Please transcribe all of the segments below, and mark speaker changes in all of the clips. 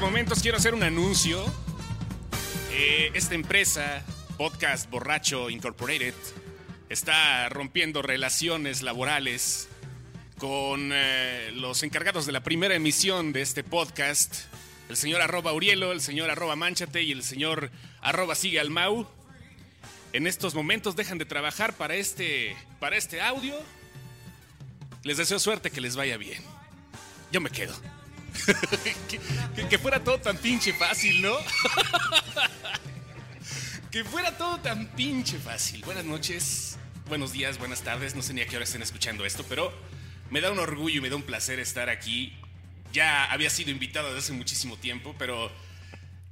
Speaker 1: momentos quiero hacer un anuncio. Eh, esta empresa, Podcast Borracho Incorporated, está rompiendo relaciones laborales con eh, los encargados de la primera emisión de este podcast, el señor arroba Urielo, el señor arroba Manchate y el señor arroba Sigue al Mau. En estos momentos dejan de trabajar para este, para este audio. Les deseo suerte, que les vaya bien. Yo me quedo. que, que- que fuera todo tan pinche fácil, ¿no? que fuera todo tan pinche fácil. Buenas noches, buenos días, buenas tardes. No sé ni a qué hora estén escuchando esto, pero me da un orgullo y me da un placer estar aquí. Ya había sido invitado desde hace muchísimo tiempo, pero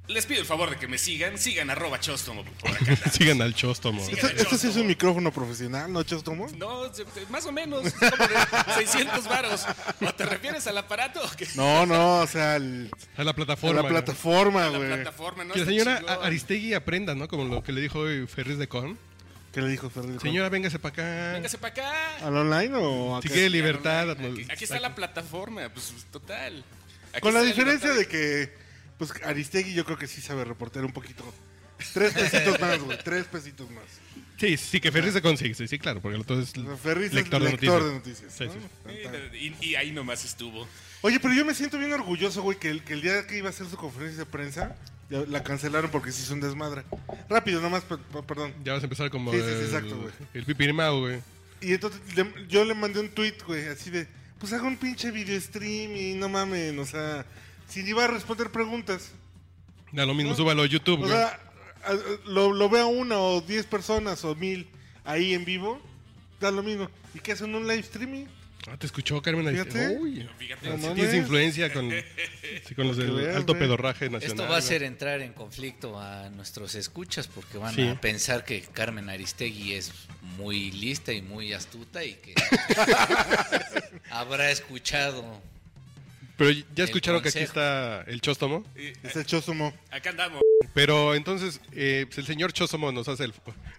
Speaker 1: les pido el favor de que me sigan. Sigan arroba chostomo por acá.
Speaker 2: Sigan al chóstomo.
Speaker 1: Sí.
Speaker 2: Esta-
Speaker 1: Mira,
Speaker 3: Este sí es
Speaker 1: Chostomo.
Speaker 3: un micrófono profesional, ¿no, Chostomo?
Speaker 1: No, se- se- más o menos, como de 600 varos. ¿O te refieres al aparato o qué?
Speaker 3: No, no, o sea, el-
Speaker 2: A la
Speaker 3: a
Speaker 2: plataforma.
Speaker 3: la
Speaker 2: güey.
Speaker 3: plataforma,
Speaker 1: La
Speaker 3: Ah, güey.
Speaker 1: plataforma, ¿no?
Speaker 2: Que la
Speaker 1: Está
Speaker 2: señora
Speaker 1: chingón.
Speaker 2: A- Aristegui aprenda, ¿no? Como lo que le dijo hoy Ferris de Con.
Speaker 3: ¿Qué le dijo Ferrer?
Speaker 2: Señora, véngase para acá.
Speaker 1: Véngase para acá.
Speaker 3: ¿Al online o
Speaker 2: si
Speaker 3: acá?
Speaker 2: quiere libertad. pues,
Speaker 1: Aquí, aquí está la plataforma, pues total. Aquí
Speaker 3: Con la
Speaker 1: está
Speaker 3: diferencia de
Speaker 1: libertad.
Speaker 3: que, pues, Aristegui yo creo que sí sabe reportear un poquito. Tres pesitos más, güey, tres pesitos más.
Speaker 2: Sí, sí, que Ferris de Con sí, sí, sí, claro. Porque entonces.
Speaker 3: O sea, Ferris es lector de noticias.
Speaker 2: Sí,
Speaker 3: ¿no?
Speaker 2: sí.
Speaker 1: Y, y ahí nomás estuvo.
Speaker 3: Oye, pero yo me siento bien orgulloso, güey, que el, que el día que iba a hacer su conferencia de prensa, ya la cancelaron porque se hizo un desmadre. Rápido, nomás, per- per- perdón.
Speaker 2: Ya vas a empezar como.
Speaker 3: Sí, sí, sí,
Speaker 2: el-
Speaker 3: exacto, güey.
Speaker 2: El pipirimao, güey.
Speaker 3: Y entonces le- yo le mandé un tweet, güey, así de, pues haga un pinche video stream y no mamen, o sea, sin iba a responder preguntas.
Speaker 2: Da lo mismo,
Speaker 3: Ah.
Speaker 2: súbalo a YouTube,
Speaker 3: O
Speaker 2: güey.
Speaker 3: sea, a- a- lo, lo vea una o diez personas o mil ahí en vivo, da lo mismo. ¿Y qué hacen un live streaming?
Speaker 2: Ah, te escuchó Carmen Aristegui.
Speaker 3: Fíjate.
Speaker 2: Uy.
Speaker 1: Fíjate.
Speaker 3: No
Speaker 2: Sí,
Speaker 3: mames.
Speaker 2: tienes influencia con, sí, con los
Speaker 3: Para que
Speaker 2: del
Speaker 3: veas,
Speaker 2: alto
Speaker 3: güey.
Speaker 2: pedorraje nacional.
Speaker 4: Esto va a
Speaker 2: güey.
Speaker 4: hacer entrar en conflicto a nuestros escuchas porque van
Speaker 2: Sí.
Speaker 4: a pensar que Carmen Aristegui es muy lista y muy astuta y que habrá escuchado.
Speaker 2: Pero ya
Speaker 4: el
Speaker 2: escucharon que aquí
Speaker 4: consejo.
Speaker 2: está el chóstomo.
Speaker 1: Y, eh,
Speaker 3: Es el Chosumo.
Speaker 1: acá andamos.
Speaker 2: Pero entonces, eh, pues el señor Chóstomo nos hace el,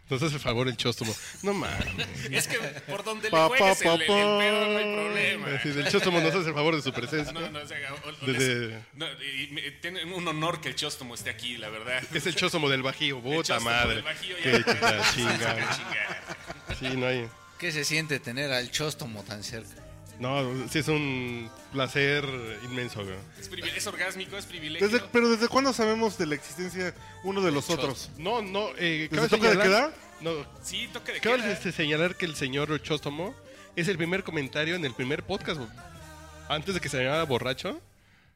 Speaker 2: nos hace el favor, el Chóstomo. No mames.
Speaker 1: Es que por donde le
Speaker 3: Pa,
Speaker 1: juegues
Speaker 3: pa, pa,
Speaker 1: el, el
Speaker 3: pa.
Speaker 1: pedo no hay problema.
Speaker 2: Así, el Chóstomo nos hace el favor de su presencia.
Speaker 1: No, no, o sea, o- o-
Speaker 2: Desde-
Speaker 1: les- no, y me- tiene un honor que el Chóstomo esté aquí, la verdad.
Speaker 2: Es el Chóstomo del Bajío,
Speaker 1: El
Speaker 2: puta
Speaker 1: Chóstomo
Speaker 2: madre.
Speaker 1: del Bajío ya-
Speaker 2: Qué puta
Speaker 1: Saca
Speaker 2: chinga.
Speaker 1: chinga.
Speaker 2: Sí, no hay.
Speaker 4: ¿Qué se siente tener al chóstomo tan cerca?
Speaker 2: No, sí es un placer inmenso, güey.
Speaker 1: Es, privi- es orgásmico, es privilegio.
Speaker 3: Desde, pero ¿desde cuándo sabemos de la existencia uno de los
Speaker 4: Chos-
Speaker 3: otros?
Speaker 2: No, no, eh,
Speaker 3: ¿Les toca de queda?
Speaker 2: No,
Speaker 1: Sí, toque de
Speaker 2: Cabe
Speaker 1: queda.
Speaker 2: este, señalar que el señor Chóstomo es el primer comentario en el primer podcast. güey. Antes de que se llamara borracho,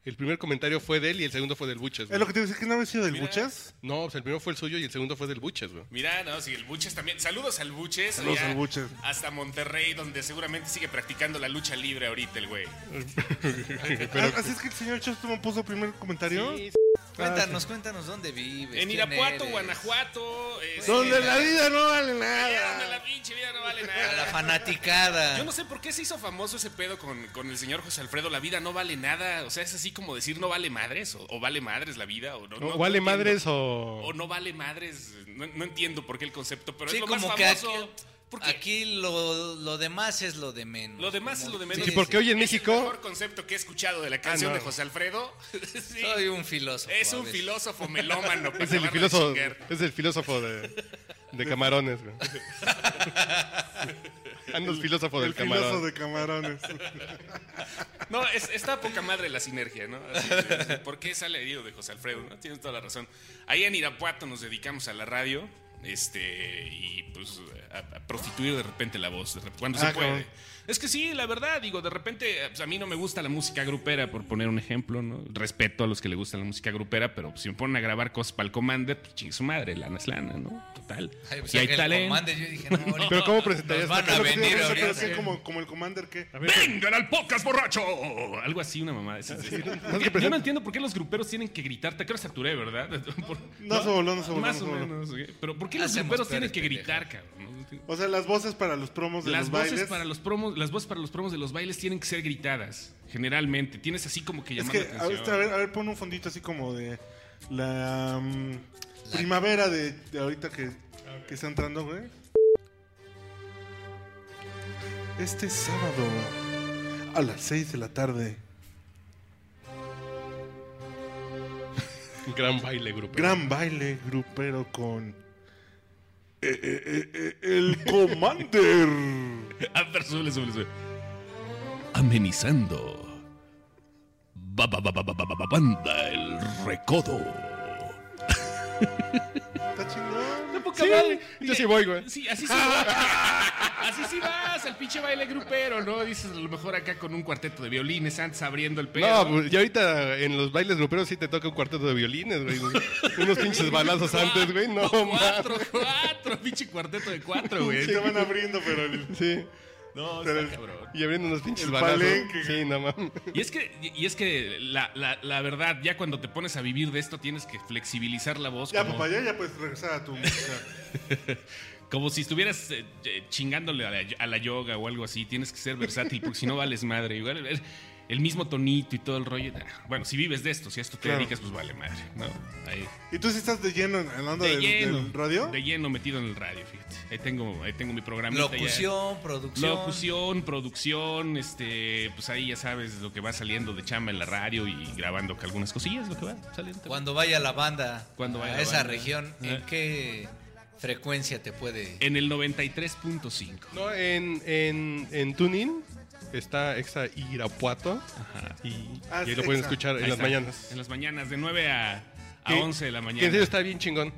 Speaker 2: el primer comentario fue de él y el segundo fue del Buches. güey.
Speaker 3: Es lo que te decía, que no había sido del
Speaker 1: Mira.
Speaker 3: Buchas.
Speaker 2: No, pues el primero fue el suyo y el segundo fue del Buches, güey.
Speaker 1: Mira, no, sí, el Buches también. Saludos al Buches.
Speaker 3: Saludos
Speaker 1: allá
Speaker 3: al Buches.
Speaker 1: Hasta Monterrey, donde seguramente sigue practicando la lucha libre ahorita el güey.
Speaker 4: Pues
Speaker 2: Eh,
Speaker 3: Ah, Así es que el señor Chosumo puso primer comentario.
Speaker 2: Ah,
Speaker 4: Cuéntanos, cuéntanos dónde vives.
Speaker 1: En
Speaker 4: quién
Speaker 1: Irapuato,
Speaker 4: eres.
Speaker 1: Guanajuato. eh,
Speaker 3: Donde
Speaker 1: sí,
Speaker 3: la vida no vale
Speaker 1: vida, donde
Speaker 3: nada.
Speaker 1: la pinche vida no vale
Speaker 4: A la
Speaker 1: nada.
Speaker 4: fanaticada.
Speaker 1: Yo no sé por qué se hizo famoso ese pedo con, con el señor José Alfredo. La vida no vale nada. O sea, es así como decir no vale madres. O, o vale madres la vida. O, no, no-
Speaker 2: O
Speaker 1: no
Speaker 2: vale
Speaker 1: entiendo.
Speaker 2: madres
Speaker 1: O
Speaker 2: o...
Speaker 1: no vale madres. No, no entiendo por qué el concepto, pero
Speaker 4: Sí,
Speaker 1: es lo
Speaker 4: como
Speaker 1: más
Speaker 4: que
Speaker 1: famoso.
Speaker 4: aquí,
Speaker 1: ¿Por qué?
Speaker 4: aquí lo, lo demás es lo de menos.
Speaker 1: Lo demás
Speaker 4: Como-
Speaker 1: es lo de menos.
Speaker 2: Sí, porque hoy en
Speaker 1: Es el
Speaker 2: México... Ah,
Speaker 1: mejor concepto que he escuchado de la canción
Speaker 2: no.
Speaker 1: de José Alfredo. Sí.
Speaker 4: Soy un filósofo.
Speaker 1: Es
Speaker 4: a
Speaker 1: un
Speaker 4: ver.
Speaker 1: filósofo melómano. para
Speaker 2: Es el,
Speaker 1: acabarla de
Speaker 2: filósofo,
Speaker 1: chingar.
Speaker 2: es el filósofo de, de camarones, güey. Ando el filósofo del
Speaker 3: El filósofo
Speaker 2: camarón.
Speaker 3: de camarones.
Speaker 1: No, es, está poca madre la sinergia, ¿no? Así de- ¿Por qué sale herido de José Alfredo? ¿no? Tienes toda la razón. Ahí en Irapuato nos dedicamos a la radio este y pues a, a prostituir de repente la voz de rep- cuando se
Speaker 3: Ah,
Speaker 1: puede.
Speaker 3: cabrón.
Speaker 1: Es que sí, la verdad, digo, de repente pues, a mí no me gusta la música grupera, por poner un ejemplo, ¿no? Respeto a los que le gusta la música grupera, pero pues, si me ponen a grabar cosas para el Commander, pues chingue su madre, lana es lana, ¿no? Total.
Speaker 4: Ay, pues,
Speaker 1: y hay
Speaker 4: el
Speaker 1: talento.
Speaker 4: commander, yo dije, no, ahorita
Speaker 2: Pero ¿cómo
Speaker 4: nos
Speaker 2: presentarías
Speaker 4: van a
Speaker 3: Pero sí,
Speaker 4: venir
Speaker 3: pero sí,
Speaker 4: ahorita.
Speaker 3: pero sí, como, como el commander que...
Speaker 1: ¡Vengan al podcast borracho! Algo así, una mamá. de esas. Porque yo no entiendo por qué los gruperos tienen que gritarte. Creo que saturé, ¿verdad? Por-
Speaker 3: No, se voló, no se voló,
Speaker 1: Más
Speaker 3: no
Speaker 1: o
Speaker 3: se voló.
Speaker 1: menos. ¿eh? Pero ¿por qué los
Speaker 4: Hacemos
Speaker 1: gruperos tienen
Speaker 4: peores
Speaker 1: que gritar, cabrón?
Speaker 3: O sea, las voces para los promos de
Speaker 1: Las
Speaker 3: los
Speaker 1: voces,
Speaker 3: bailes.
Speaker 1: para los promos, las voces para los promos de los bailes tienen que ser gritadas. Generalmente. Tienes así como que
Speaker 3: Es
Speaker 1: llamar
Speaker 3: que,
Speaker 1: la
Speaker 3: a ver,
Speaker 1: atención.
Speaker 3: a ver, a ver, pon un fondito así como de la mm, primavera de, de ahorita que, que está entrando, güey. Este sábado a las 6 de la tarde.
Speaker 2: Gran baile, grupo.
Speaker 3: Gran baile grupero con eh, eh, eh, eh, el Commander.
Speaker 1: A ver, súbele, súbele, súbele. Amenizando. Ba- ba- ba- ba- ba- ba- ba- ba- Banda El Recodo.
Speaker 3: Está chingón.
Speaker 2: Sí, yo sí voy, güey.
Speaker 1: Sí, así sí va. Así sí vas al pinche baile grupero, ¿no? Dices a lo mejor acá con un cuarteto de violines antes abriendo el
Speaker 2: No,
Speaker 1: pedo.
Speaker 2: pues, y ahorita en los bailes gruperos sí te toca un cuarteto de violines, güey. Unos pinches balazos antes, güey. No,
Speaker 1: Cuatro, cuatro, pinche cuarteto de cuatro,
Speaker 3: Sí,
Speaker 1: güey.
Speaker 3: te van abriendo, pero el,
Speaker 2: mames. Sí.
Speaker 1: No,
Speaker 3: Pero
Speaker 1: está
Speaker 3: el-
Speaker 1: cabrón.
Speaker 2: Y abriendo unos pinches
Speaker 3: El
Speaker 2: balazos.
Speaker 3: palenque.
Speaker 2: Sí, no mames.
Speaker 1: Y es que, y es que la, la- la verdad, ya cuando te pones a vivir de esto tienes que flexibilizar la voz.
Speaker 3: Ya,
Speaker 1: como,
Speaker 3: papá, ya, ya puedes regresar a tu música.
Speaker 1: como si estuvieras eh, eh, chingándole a la, a la yoga o algo así. Tienes que ser versátil porque si no vales madre. Igual el, el mismo tonito y todo el rollo. Ah, Bueno, si vives de esto, si a esto te
Speaker 3: Claro.
Speaker 1: dedicas, pues vale madre. ¿no? Ahí.
Speaker 3: ¿Y tú sí estás de lleno en en la onda
Speaker 1: De
Speaker 3: del,
Speaker 1: lleno.
Speaker 3: del radio?
Speaker 1: De lleno metido en el radio, fíjate. Ahí tengo, ahí tengo mi programa.
Speaker 4: Locución, producción.
Speaker 1: Locución, producción, este, pues ahí ya sabes lo que va saliendo de chamba en la radio y grabando que algunas cosillas, lo que va saliendo.
Speaker 4: Cuando vaya la banda
Speaker 1: Cuando vaya
Speaker 4: a
Speaker 1: la
Speaker 4: esa
Speaker 1: banda.
Speaker 4: región,
Speaker 1: Eh.
Speaker 4: ¿en qué frecuencia te puede...?
Speaker 1: En el 93.5.
Speaker 2: No, en, en, en TuneIn está Exa Irapuato. Y,
Speaker 3: Ah,
Speaker 2: y ahí lo pueden
Speaker 3: Exa.
Speaker 2: escuchar
Speaker 1: Ahí
Speaker 2: en las
Speaker 1: está.
Speaker 2: mañanas.
Speaker 1: En las mañanas, de 9 a, a
Speaker 2: Que-
Speaker 1: 11 de la
Speaker 2: que en serio
Speaker 1: mañana.
Speaker 2: está bien chingón.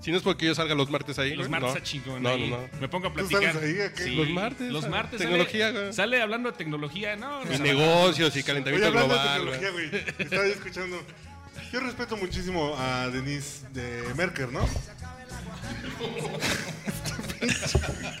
Speaker 2: Si no es porque yo salga los martes ahí.
Speaker 1: Los
Speaker 2: güey,
Speaker 1: martes
Speaker 2: no.
Speaker 1: a chingón.
Speaker 2: No,
Speaker 1: ahí.
Speaker 2: no, no.
Speaker 1: Me pongo a
Speaker 3: ¿Tú
Speaker 1: platicar.
Speaker 3: sales ahí, a qué?
Speaker 2: Los martes,
Speaker 1: Los
Speaker 2: a-
Speaker 1: martes.
Speaker 2: tecnología,
Speaker 1: Sale,
Speaker 2: güey.
Speaker 1: sale hablando de tecnología, ¿no?
Speaker 2: Y
Speaker 1: pues, a la-
Speaker 2: negocios y
Speaker 3: Oye,
Speaker 2: calentamiento
Speaker 3: hablando
Speaker 2: global.
Speaker 3: de tecnología, güey. Estaba yo escuchando. Yo respeto muchísimo a Denise de Merker, ¿no? Este pinche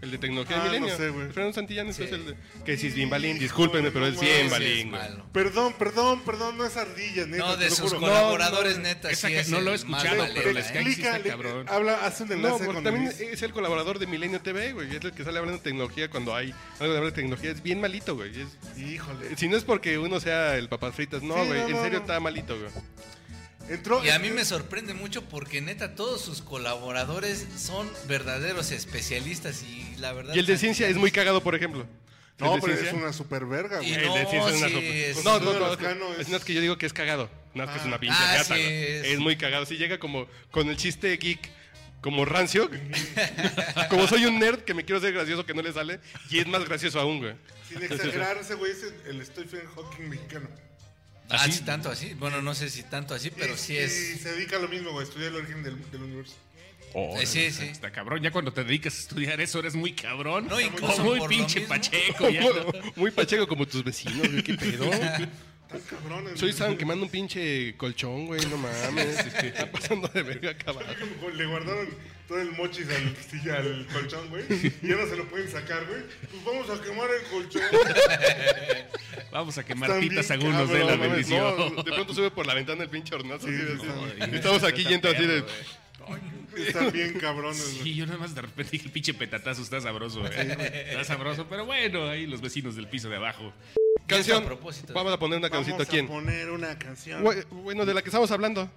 Speaker 2: El de tecnología
Speaker 3: Ah,
Speaker 2: de
Speaker 3: no
Speaker 2: Milenio.
Speaker 3: sé, güey.
Speaker 2: Fernando Santillán es el de. Que si es
Speaker 3: Híjole,
Speaker 2: bien balín, discúlpenme, pero es
Speaker 3: no
Speaker 2: bien
Speaker 3: mames.
Speaker 4: Ese es
Speaker 2: balín, güey.
Speaker 4: malo.
Speaker 3: Perdón, perdón, perdón, no es ardilla, neta,
Speaker 4: No,
Speaker 3: te
Speaker 4: de
Speaker 3: lo
Speaker 4: sus
Speaker 3: juro.
Speaker 4: colaboradores,
Speaker 3: No, no,
Speaker 4: neta,
Speaker 1: Esa
Speaker 4: sí
Speaker 1: que
Speaker 4: es
Speaker 1: no lo he
Speaker 4: el
Speaker 1: escuchado,
Speaker 4: más
Speaker 1: pero
Speaker 3: Te
Speaker 1: la
Speaker 4: valero,
Speaker 1: Sky
Speaker 4: ¿eh?
Speaker 1: sí está
Speaker 3: explica, le-
Speaker 1: cabrón.
Speaker 3: habla, hace un
Speaker 2: No,
Speaker 3: enlace
Speaker 2: porque
Speaker 3: con
Speaker 2: también
Speaker 3: Denise.
Speaker 2: es el colaborador de Milenio TV, güey. Es el que sale hablando de tecnología cuando hay algo de hablar de tecnología. Es bien malito, güey. Es- eh,
Speaker 3: Híjole.
Speaker 2: Si no es porque uno sea el papas fritas, no,
Speaker 3: Sí,
Speaker 2: güey.
Speaker 3: no,
Speaker 2: en
Speaker 3: no,
Speaker 2: serio
Speaker 3: no.
Speaker 2: está malito, güey.
Speaker 3: Entró.
Speaker 4: Y a mí me sorprende mucho porque neta todos sus colaboradores son verdaderos especialistas y la verdad...
Speaker 2: Y el de ciencia es muy cagado, por ejemplo.
Speaker 3: No,
Speaker 2: El de
Speaker 3: pero es
Speaker 2: ciencia-
Speaker 3: una super verga,
Speaker 4: Y
Speaker 3: güey.
Speaker 2: El de
Speaker 4: No,
Speaker 2: ciencia es Eh, una
Speaker 4: sí,
Speaker 2: sopa.
Speaker 4: es-
Speaker 2: No, no,
Speaker 3: Uno de
Speaker 2: no.
Speaker 3: los Cano
Speaker 2: Es,
Speaker 3: es-
Speaker 2: no, es que yo digo que es cagado. No, es que es una pinche
Speaker 4: Ah,
Speaker 2: gata,
Speaker 4: sí
Speaker 2: güey.
Speaker 4: es.
Speaker 2: es. muy cagado. Si llega como con el chiste geek, como rancio. como soy un nerd que me quiero hacer gracioso que no le sale. Y es más gracioso aún, güey.
Speaker 3: Sin exagerar, ese güey es el- el Stephen Hawking mexicano.
Speaker 4: Ah,
Speaker 1: ¿Así?
Speaker 4: sí, tanto así. Bueno, no sé si tanto así, pero sí
Speaker 3: Y
Speaker 4: es...
Speaker 3: se dedica a lo mismo, güey, estudia el origen del, del universo.
Speaker 1: Órale,
Speaker 4: Eh, sí,
Speaker 1: está-
Speaker 4: sí.
Speaker 1: Está cabrón. Ya cuando te dedicas a estudiar eso, eres muy cabrón.
Speaker 4: No,
Speaker 1: O
Speaker 4: incluso
Speaker 1: muy
Speaker 4: por lo
Speaker 1: pinche
Speaker 4: mismo.
Speaker 1: pacheco. ya, ¿no?
Speaker 2: Muy pacheco como tus vecinos, güey. ¿Qué pedo?
Speaker 3: Están cabrones.
Speaker 2: Soy
Speaker 3: güey.
Speaker 2: Sam quemando un pinche colchón, güey. No mames. este, Está pasando de verga acá abajo.
Speaker 3: Como Le guardaron todo el mochis al, sí, al colchón, güey. Y ahora se lo pueden sacar, güey. Pues vamos a quemar el colchón.
Speaker 1: Vamos a quemar
Speaker 3: Están bien
Speaker 1: pitas según nos dé Pues
Speaker 3: cabrón,
Speaker 1: la
Speaker 2: No mames,
Speaker 1: bendición.
Speaker 2: no, de pronto sube por la ventana el pinche hornazo.
Speaker 3: Sí,
Speaker 2: güey, así.
Speaker 3: no,
Speaker 1: y-
Speaker 2: Estamos aquí
Speaker 1: está
Speaker 2: yendo así de.
Speaker 1: perro, güey.
Speaker 3: Están bien cabrones, güey.
Speaker 1: Sí, yo nada más de repente dije, el pinche petatazo está sabroso, güey. Está sabroso, pero bueno, ahí los vecinos del piso de abajo.
Speaker 2: Canción.
Speaker 4: a propósito.
Speaker 2: Vamos a poner una canción.
Speaker 3: Vamos
Speaker 2: ¿Quién?
Speaker 3: a poner una canción.
Speaker 2: Güey, Bueno, de la que estamos hablando.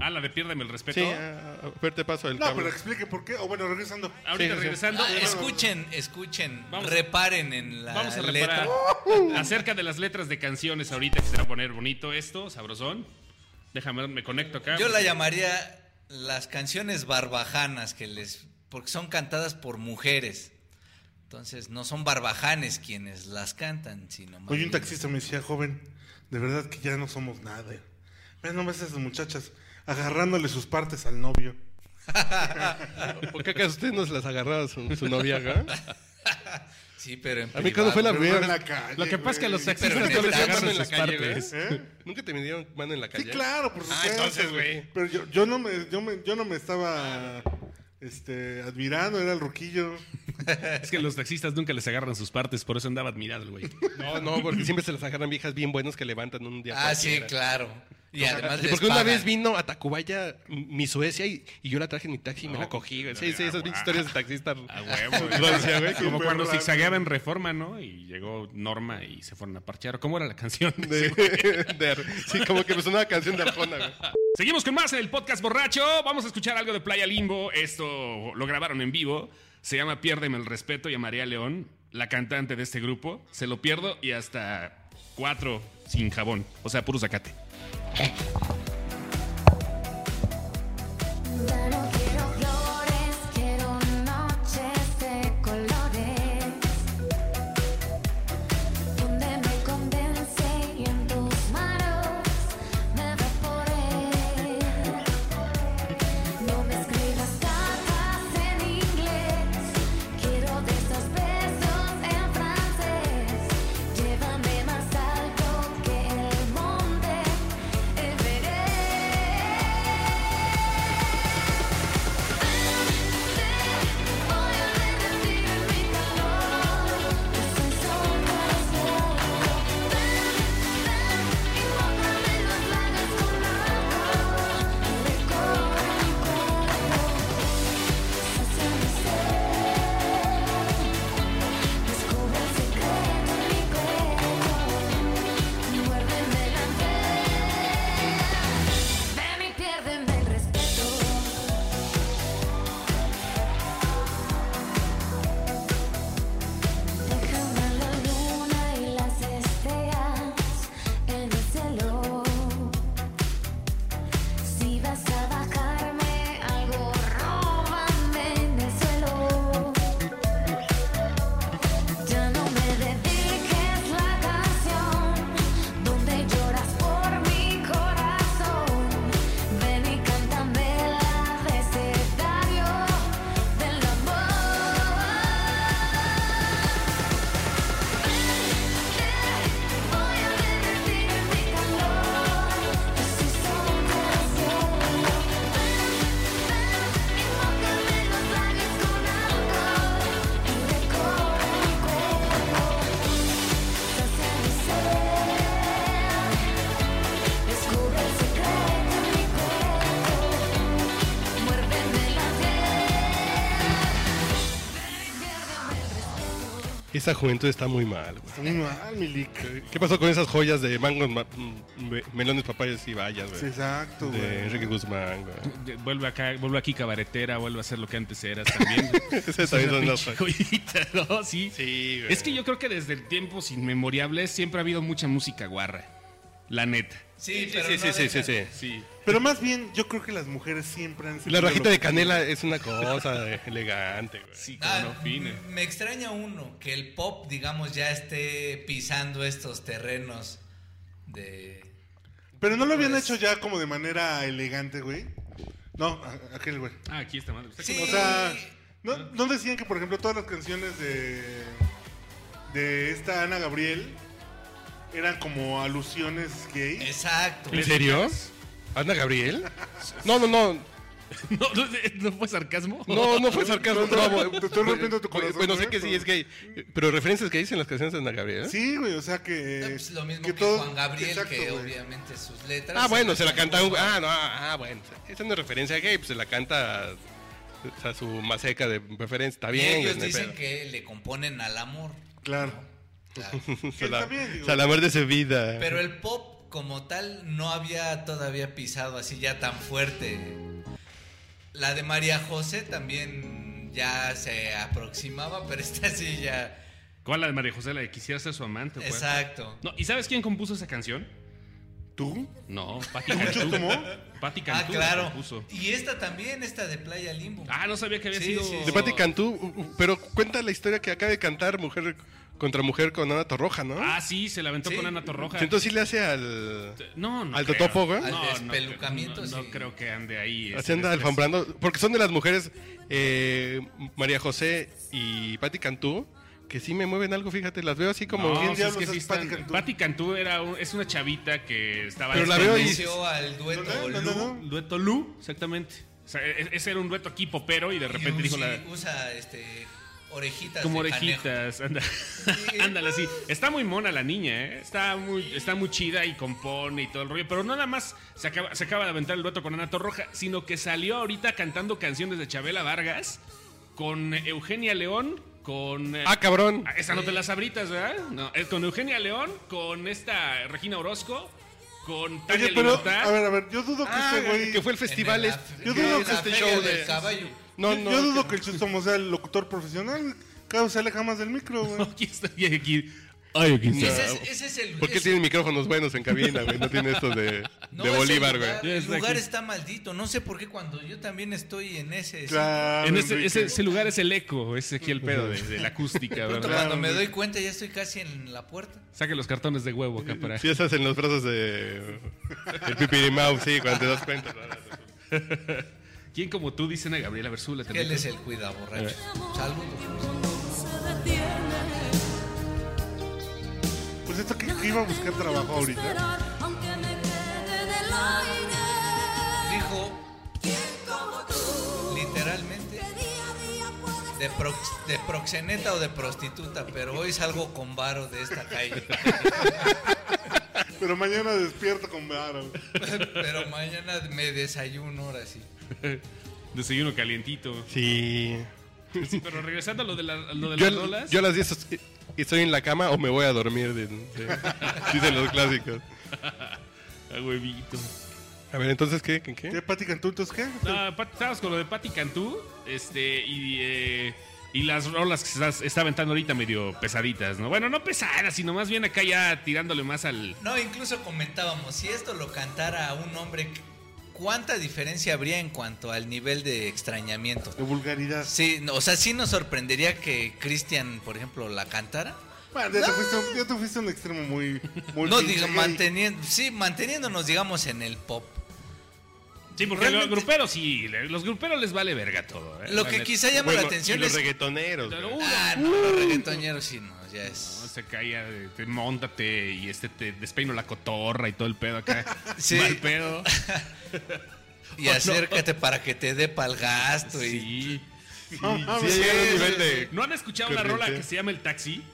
Speaker 1: Ah, la de piérdame el respeto.
Speaker 2: Sí, a- a- fuerte paso del
Speaker 3: No,
Speaker 2: cable.
Speaker 3: pero explique por qué. O bueno, regresando.
Speaker 1: Ahorita
Speaker 2: sí, sí.
Speaker 1: regresando,
Speaker 4: Ah,
Speaker 1: eh,
Speaker 4: escuchen, escuchen,
Speaker 1: Vamos-
Speaker 4: reparen en la
Speaker 1: vamos a
Speaker 4: letra.
Speaker 1: reparar acerca de las letras de canciones ahorita que se va a poner bonito esto, sabrosón. Déjame, me conecto acá.
Speaker 4: Yo la llamaría las canciones barbajanas que les porque son cantadas por mujeres. Entonces no son barbajanes quienes las cantan, sino más
Speaker 3: Oye, un
Speaker 4: bien-
Speaker 3: taxista me decía, joven, de verdad que ya no somos nada. Vean nomás esas muchachas agarrándole sus partes al novio.
Speaker 2: ¿Por qué acaso usted nos las agarraba su, su novia, güey?
Speaker 4: Sí, pero en Ah,
Speaker 2: A mí cuando fue la
Speaker 3: Pero
Speaker 2: primera
Speaker 3: no en
Speaker 2: vez.
Speaker 3: la calle,
Speaker 1: Lo que pasa es que
Speaker 3: güey.
Speaker 1: los
Speaker 4: Pero en
Speaker 1: taxistas
Speaker 4: el
Speaker 1: no les
Speaker 4: taxi,
Speaker 1: agarran sus
Speaker 4: mano
Speaker 2: en la calle, güey.
Speaker 1: partes.
Speaker 3: ¿Eh?
Speaker 2: Nunca te midieron mano en la
Speaker 3: Sí,
Speaker 2: calle.
Speaker 3: claro, por supuesto.
Speaker 2: Ah, entonces, güey.
Speaker 3: Pero yo, yo no me, yo me, yo no me estaba este, admirando, era el ruquillo.
Speaker 1: Es que los taxistas nunca les agarran sus partes, por eso andaba admirado el güey.
Speaker 2: No, no, porque siempre se las agarran viejas bien buenas que levantan un día.
Speaker 4: Ah, sí,
Speaker 2: cualquiera.
Speaker 4: claro. Y además
Speaker 2: Sí,
Speaker 4: les
Speaker 2: porque una
Speaker 4: pagan.
Speaker 2: vez vino a Tacubaya m- mi Suecia y, y yo la traje en mi taxi y me la cogí. güey. Sí, sí, esas pinches historias de taxistas.
Speaker 1: A
Speaker 3: Ah,
Speaker 1: huevo. güey.
Speaker 2: Francia, güey,
Speaker 1: Como
Speaker 3: súper
Speaker 1: cuando
Speaker 3: raro.
Speaker 1: zigzagueaba en Reforma, ¿no? Y llegó Norma y se fueron a parchear. ¿Cómo era la canción?
Speaker 2: de- de Ar- sí, como que me sonó una canción de Arjona, güey.
Speaker 1: Seguimos con más en el podcast borracho. Vamos a escuchar algo de Playa Limbo. Esto lo grabaron en vivo. Se llama Piérdeme el respeto y a María León, la cantante de este grupo. Se lo pierdo y hasta cuatro sin jabón. O sea, puro zacate.
Speaker 5: Ya no quiero flores, quiero noches de colores Donde me convence y en tus manos me vaporé No me escribas cartas en inglés, quiero de esos besos en francés Llévame más alto que el monte Everest Descubre el secreto en mi cuerpo, muérdeme la fe. Ven y piérdeme el respeto. Déjame la luna y las estrellas en el cielo. Si vas a bajarme algo, róbame en el suelo. Ya no me dediques la canción donde lloras por mi corazón. Ven y cántame la recetario del amor. Ven, ven, voy a derretir en mi calor. Tus historias cielo. Ven, ven, invócame los labios con alcohol y recorre mi cuerpo. Sacia mi ser. Descubre el secreto en mi cuerpo. Muérdeme la piel.
Speaker 2: Esa juventud está muy mal, güey.
Speaker 3: Está muy mal, Milik.
Speaker 2: ¿Qué pasó con esas joyas de mangos, ma- mm, me- melones, papayas y vallas, güey?
Speaker 3: Exacto,
Speaker 2: De
Speaker 3: güey.
Speaker 2: Enrique Guzmán, güey.
Speaker 1: Vuelve acá, vuelve aquí cabaretera, vuelve a ser lo que antes eras también.
Speaker 2: Esas también son las
Speaker 1: Pinche joyita, ¿no? Sí.
Speaker 2: Sí, güey.
Speaker 1: Es que yo creo que desde tiempos inmemoriales siempre ha habido mucha música guarra. La neta.
Speaker 4: Sí,
Speaker 2: Sí,
Speaker 4: pero
Speaker 2: sí,
Speaker 4: no
Speaker 2: sí, sí, sí,
Speaker 4: dejan-
Speaker 2: sí.
Speaker 1: Sí.
Speaker 3: Pero más bien, yo creo que las mujeres siempre han
Speaker 2: La
Speaker 3: sentido
Speaker 2: rajita
Speaker 3: lo
Speaker 2: de
Speaker 3: que-
Speaker 2: canela es una cosa e-, elegante, güey.
Speaker 1: Sí, como
Speaker 4: Ah,
Speaker 1: no opinen.
Speaker 4: me extraña uno, que el pop, digamos, ya esté pisando estos terrenos de...
Speaker 3: Pero no lo habían
Speaker 4: Pues-
Speaker 3: hecho ya como de manera elegante, güey. No, a- aquel güey.
Speaker 1: Ah, aquí está madre. Está
Speaker 4: Sí.
Speaker 3: O sea, ¿no, no decían que, por ejemplo, todas las canciones de, de esta Ana Gabriel eran como alusiones gay?
Speaker 4: Exacto.
Speaker 2: ¿En serio? ¿Ana Gabriel? No, no, no.
Speaker 1: como- No, no, no fue sarcasmo.
Speaker 2: No, no fue sarcasmo. No,
Speaker 3: no,
Speaker 2: güey.
Speaker 3: te estoy rompiendo tu
Speaker 2: Güey,
Speaker 3: corazón,
Speaker 2: Bueno, sé
Speaker 3: güey,
Speaker 2: que sí
Speaker 3: pero-
Speaker 2: es gay. Pero referencias gays en las canciones de Ana Gabriel.
Speaker 3: Sí, güey, o sea que.
Speaker 4: No, pues, lo mismo que,
Speaker 3: Eh, que todo-
Speaker 4: Juan Gabriel,
Speaker 3: exacto,
Speaker 4: que
Speaker 3: güey.
Speaker 4: obviamente sus letras...
Speaker 2: Ah, bueno, se la canta un. Ah, no, ah, ah, bueno. Esa no es referencia gay, pues se la canta. O sea, su maseca de preferencia. Está
Speaker 4: Y
Speaker 2: bien,
Speaker 4: ellos
Speaker 2: güey, no hay
Speaker 4: dicen
Speaker 2: pedo.
Speaker 4: que le componen al amor.
Speaker 3: Claro.
Speaker 4: claro.
Speaker 2: Se la,
Speaker 3: Está bien, digo.
Speaker 2: se la muerde su vida.
Speaker 4: Pero el pop como tal no había todavía pisado así ya tan fuerte. La de María José también ya se aproximaba, pero esta sí ya...
Speaker 1: ¿Cuál la de María José? La de quisiera ser su amante. ¿cuál?
Speaker 4: Exacto.
Speaker 1: No, ¿Y sabes quién compuso esa canción?
Speaker 3: ¿Tú?
Speaker 1: No, Pati Cantú.
Speaker 3: cómo?
Speaker 1: Pati
Speaker 4: Ah,
Speaker 1: Cantú la
Speaker 4: claro.
Speaker 1: compuso.
Speaker 4: Y esta también, esta de Playa Limbo.
Speaker 1: Ah, no sabía que había
Speaker 4: Sí,
Speaker 1: sido.
Speaker 4: sí, sí.
Speaker 2: De Patti Cantú. u- u- Pero cuenta la historia que acaba de cantar mujer contra mujer con Ana Torroja, ¿no?
Speaker 1: Ah, sí, se la aventó
Speaker 4: Sí.
Speaker 1: con Ana Torroja.
Speaker 2: Entonces sí le hace al.
Speaker 1: no, no.
Speaker 2: ¿Al
Speaker 1: creo.
Speaker 2: totopo, güey?
Speaker 4: Al
Speaker 1: No, no,
Speaker 4: despelucamiento,
Speaker 1: No, no
Speaker 4: sí.
Speaker 1: creo que ande ahí.
Speaker 2: Así anda
Speaker 1: este,
Speaker 2: alfambrando. Porque son de las mujeres, eh, María José y Patti Cantú, que sí me mueven algo, fíjate. Las veo así como.
Speaker 1: No,
Speaker 3: ¿Quién
Speaker 1: pues es
Speaker 3: diablos
Speaker 1: que
Speaker 3: es
Speaker 1: sí
Speaker 3: Patti
Speaker 1: están-
Speaker 3: Cantú?
Speaker 1: Patti Cantú era un- es una chavita que estaba
Speaker 2: Pero
Speaker 1: en
Speaker 2: la veo y-
Speaker 4: Inició al dueto
Speaker 3: No, no, no,
Speaker 4: Lu,
Speaker 3: no.
Speaker 1: Dueto e, Lu, exactamente. O sea, e- ese era un dueto aquí popero y de repente
Speaker 4: y
Speaker 1: dijo
Speaker 4: usi-
Speaker 1: la.
Speaker 4: usa este orejitas.
Speaker 1: Como
Speaker 4: de conejo.
Speaker 1: orejitas, anda. ándale así. Está muy mona la niña, ¿eh? Está muy, está muy chida y compone y todo el rollo. Pero no nada más se acaba, se acaba de aventar el dueto con Ana Torroja, sino que salió ahorita cantando canciones de Chabela Vargas con Eugenia León, con. eh,
Speaker 2: ¡Ah, cabrón!
Speaker 1: Ah, Esa no te la sabritas, ¿verdad? No, es con Eugenia León, con esta Regina Orozco, con Tania
Speaker 3: Oye, pero,
Speaker 1: Libertad.
Speaker 3: a ver, a ver, yo dudo que
Speaker 2: Ah,
Speaker 3: este güey...
Speaker 2: que fue el
Speaker 4: En
Speaker 2: festival.
Speaker 4: ¿Ah? el
Speaker 2: este-
Speaker 4: af-
Speaker 3: yo dudo
Speaker 4: en
Speaker 3: que
Speaker 4: la
Speaker 2: este
Speaker 4: feria
Speaker 2: show
Speaker 4: del
Speaker 2: de-
Speaker 4: caballo.
Speaker 2: No,
Speaker 3: yo,
Speaker 2: no.
Speaker 3: yo dudo
Speaker 2: que-
Speaker 3: que el Chustomo sea el locutor profesional. Claro, sale jamás del micro, güey.
Speaker 1: Aquí estoy, aquí. Ay, aquí está.
Speaker 4: Ese es, ese es el.
Speaker 2: ¿Por qué
Speaker 4: es-
Speaker 2: tienen micrófonos buenos en cabina, güey? No tiene esto de,
Speaker 4: no,
Speaker 2: de
Speaker 4: ese
Speaker 2: Bolívar, güey.
Speaker 4: lugar-
Speaker 1: güey.
Speaker 4: El
Speaker 1: Desde
Speaker 4: lugar
Speaker 1: aquí.
Speaker 4: está maldito. No sé por qué cuando yo también estoy en ese.
Speaker 3: Claro,
Speaker 1: En ese,
Speaker 3: Enrique.
Speaker 1: ese- ese lugar es el eco, es aquí el pedo de, de la acústica,
Speaker 4: Pronto
Speaker 1: ¿verdad?
Speaker 4: cuando me
Speaker 3: güey.
Speaker 4: doy cuenta ya estoy casi en la puerta.
Speaker 1: Saque los cartones de huevo acá para.
Speaker 2: Si estás en los brazos de. El pipirimau, sí, cuando te das cuenta.
Speaker 1: ¿Quién como tú dice a Gabriela Versula?
Speaker 4: Que él es el cuidaborracho.
Speaker 2: Eh.
Speaker 4: Saludos.
Speaker 5: se detiene.
Speaker 3: Pues esto que, que iba a buscar trabajo ahorita.
Speaker 5: Esperar, aunque me quede en el aire.
Speaker 4: Dijo
Speaker 5: ¿Quién como tú?
Speaker 4: literalmente
Speaker 5: Que día a día puedes
Speaker 4: de, prox- de proxeneta o de prostituta, pero hoy salgo con varo de esta calle.
Speaker 3: Pero mañana despierto con Varo.
Speaker 4: Pero mañana me desayuno ahora sí.
Speaker 1: Desayuno calientito.
Speaker 2: Sí.
Speaker 1: Sí, pero regresando a lo de, la- a lo de
Speaker 2: Yo,
Speaker 1: las rolas.
Speaker 2: yo a las 10 estoy- estoy en la cama o me voy a dormir. de- de- Dicen los clásicos.
Speaker 1: A huevito.
Speaker 2: A ver, entonces, ¿qué? ¿Qué? qué?
Speaker 3: ¿Qué, Pati Cantú, entonces qué?
Speaker 1: No, Pat- estabas con lo de Patti Cantú. Este, y, eh, y las rolas que se está- está aventando ahorita medio pesaditas, ¿no? Bueno, no pesadas, sino más bien acá ya tirándole más al.
Speaker 4: No, incluso comentábamos, si esto lo cantara un hombre, ¿cuánta diferencia habría en cuanto al nivel de extrañamiento?
Speaker 3: De vulgaridad.
Speaker 4: Sí, no, o sea, sí nos sorprendería que Cristian, por ejemplo, la cantara.
Speaker 3: Bueno, ya, te fuiste, a un- ya te fuiste a un extremo muy... muy
Speaker 4: No,
Speaker 3: pinche
Speaker 4: diga,
Speaker 3: gay.
Speaker 4: manteniendo, sí, manteniéndonos, digamos, en el pop.
Speaker 1: Sí, porque
Speaker 4: Realmente-
Speaker 1: los gruperos sí, le- los gruperos les vale verga todo. ¿eh?
Speaker 4: Lo
Speaker 1: La
Speaker 4: que
Speaker 1: neta.
Speaker 4: quizá llama
Speaker 2: Bueno,
Speaker 4: la atención
Speaker 2: y los
Speaker 4: es...
Speaker 2: reggaetoneros.
Speaker 1: Pero,
Speaker 2: güey.
Speaker 1: uh,
Speaker 4: Ah, no, los reggaetoneros sí, no, ya
Speaker 1: No,
Speaker 4: es...
Speaker 1: se caía, de- te montate y este te despeino la cotorra y todo el pedo acá.
Speaker 4: Sí.
Speaker 1: Mal pedo.
Speaker 4: Y acércate para que te dé pa'l gasto y...
Speaker 1: Sí.
Speaker 3: No, mames,
Speaker 2: Sí, hay un
Speaker 3: Ah, sí,
Speaker 2: nivel de.
Speaker 1: ¿No han escuchado una
Speaker 2: Corriente.
Speaker 1: rola que se llama El Taxi?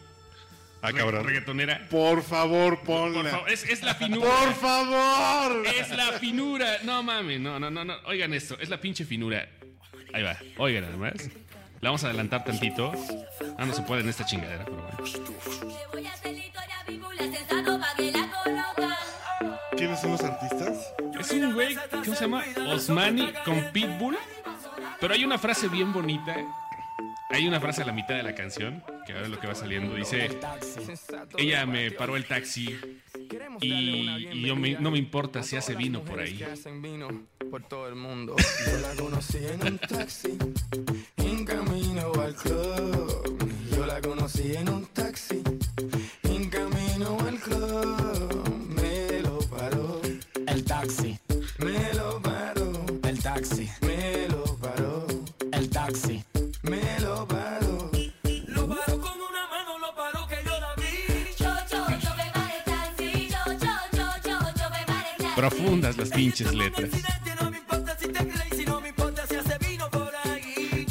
Speaker 2: Ah,
Speaker 1: Re-
Speaker 2: cabrón.
Speaker 1: Reggaetonera.
Speaker 3: Por favor,
Speaker 1: Por
Speaker 3: ponla.
Speaker 1: favor, es, es la
Speaker 3: Por
Speaker 1: finura.
Speaker 3: favor.
Speaker 1: es la finura. No mames, no, no, no, no. Oigan esto, es la pinche finura. Ahí va, oigan además. La vamos a adelantar tantito. Ah, no se puede en esta chingadera, pero bueno.
Speaker 5: Me voy a celito de avíbula, sentado pa' que la colocan.
Speaker 3: ¿Quiénes son los artistas?
Speaker 1: Es un güey, ¿cómo se llama? Osmani con Pitbull. Pero hay una frase bien bonita. Hay una frase a la mitad de la canción, que ahora es lo que va saliendo. Dice, ella me paró el taxi y, y yo me- no me importa si hace vino por ahí.
Speaker 6: hacen vino por todo el mundo. Yo la conocí en un taxi, en camino al club. Yo la conocí en un taxi, en camino al club. Me lo paró,
Speaker 7: El taxi,
Speaker 6: me lo paró,
Speaker 7: el taxi,
Speaker 6: me lo paró,
Speaker 7: el taxi.
Speaker 6: me lo paró.
Speaker 8: Lo paró con una mano, lo paró que yo la vi.
Speaker 5: Yo, yo, yo me paré taxi. Yo, yo, yo, yo, yo me paré taxi.
Speaker 1: Profundas las
Speaker 8: Ella
Speaker 1: pinches
Speaker 8: tuvo un
Speaker 1: letras.
Speaker 8: accidente, No me importa si te crees y no me importa si hace vino por ahí.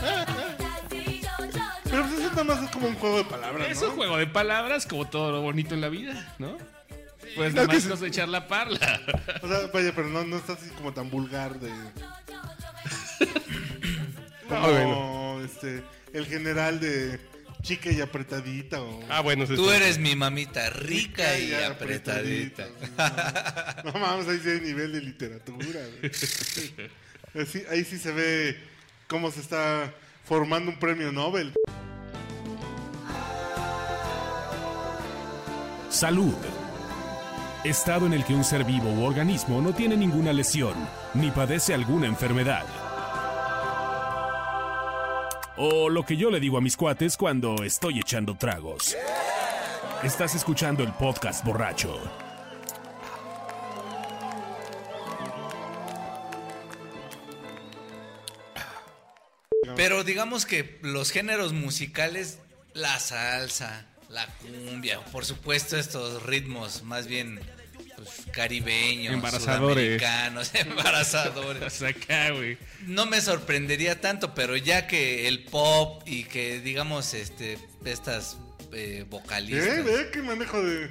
Speaker 5: Taxi, yo, yo, yo.
Speaker 3: Pero pues eso nada más es como un juego de palabras, ¿no?
Speaker 1: Es un juego de palabras como todo lo bonito en la vida, ¿no? Pues
Speaker 2: No,
Speaker 1: nada
Speaker 2: que
Speaker 1: más
Speaker 2: se-
Speaker 1: cosa de echar la parla.
Speaker 3: O sea, vaya, pero no, no está así como tan vulgar de... Como,
Speaker 2: Ah, bueno.
Speaker 3: este, el general de chica y apretadita o...
Speaker 2: Ah, bueno, sí,
Speaker 4: Tú
Speaker 2: sí.
Speaker 4: eres mi mamita rica y apretadita.
Speaker 3: No mames, ahí sí hay nivel de literatura. güey. Ahí sí- ahí sí se ve cómo se está formando un premio Nobel.
Speaker 9: Salud. Estado en el que un ser vivo u organismo no tiene ninguna lesión ni padece alguna enfermedad. O lo que yo le digo a mis cuates cuando estoy echando tragos. Estás escuchando el podcast borracho.
Speaker 4: Pero digamos que los géneros musicales, la salsa, la cumbia, por supuesto estos ritmos más bien pues, caribeños,
Speaker 1: Embarazadores.
Speaker 4: sudamericanos, embarazadores.
Speaker 1: Acá, güey.
Speaker 4: No me sorprendería tanto, pero ya que el pop y que digamos este estas eh,
Speaker 3: ¿Eh?
Speaker 4: vocalistas,
Speaker 3: ¿Ve qué manejo de.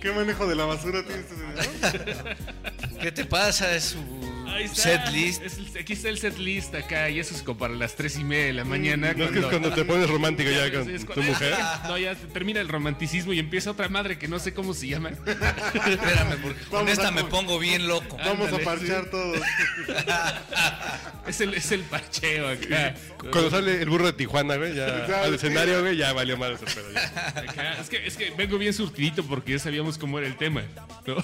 Speaker 3: ¿Qué manejo de la basura tiene este señor?
Speaker 4: ¿qué te pasa? Es su
Speaker 1: Ahí está.
Speaker 4: set list.
Speaker 1: Es el- aquí está el set list acá y eso es como para las 3 y media de la mañana.
Speaker 2: No es que es cuando te pones romántico ya con
Speaker 1: es
Speaker 2: tu
Speaker 1: cuando-
Speaker 2: mujer.
Speaker 1: No, ya termina el romanticismo y empieza otra madre que no sé cómo se llama.
Speaker 4: Espérame, porque con
Speaker 3: Vamos
Speaker 4: esta
Speaker 3: a Ah,
Speaker 4: me
Speaker 3: com-
Speaker 4: pongo bien loco.
Speaker 3: Vamos a
Speaker 1: Ándale,
Speaker 3: parchar todos.
Speaker 1: Es el, es el parcheo acá.
Speaker 2: Cuando sale el burro de Tijuana, güey, ya
Speaker 3: Ya,
Speaker 2: al
Speaker 3: sí.
Speaker 2: escenario, güey, ya valió mal ese pedo. ya.
Speaker 1: Acá, Es que, es que vengo bien surtidito porque ya sabíamos cómo era el tema. ¿no?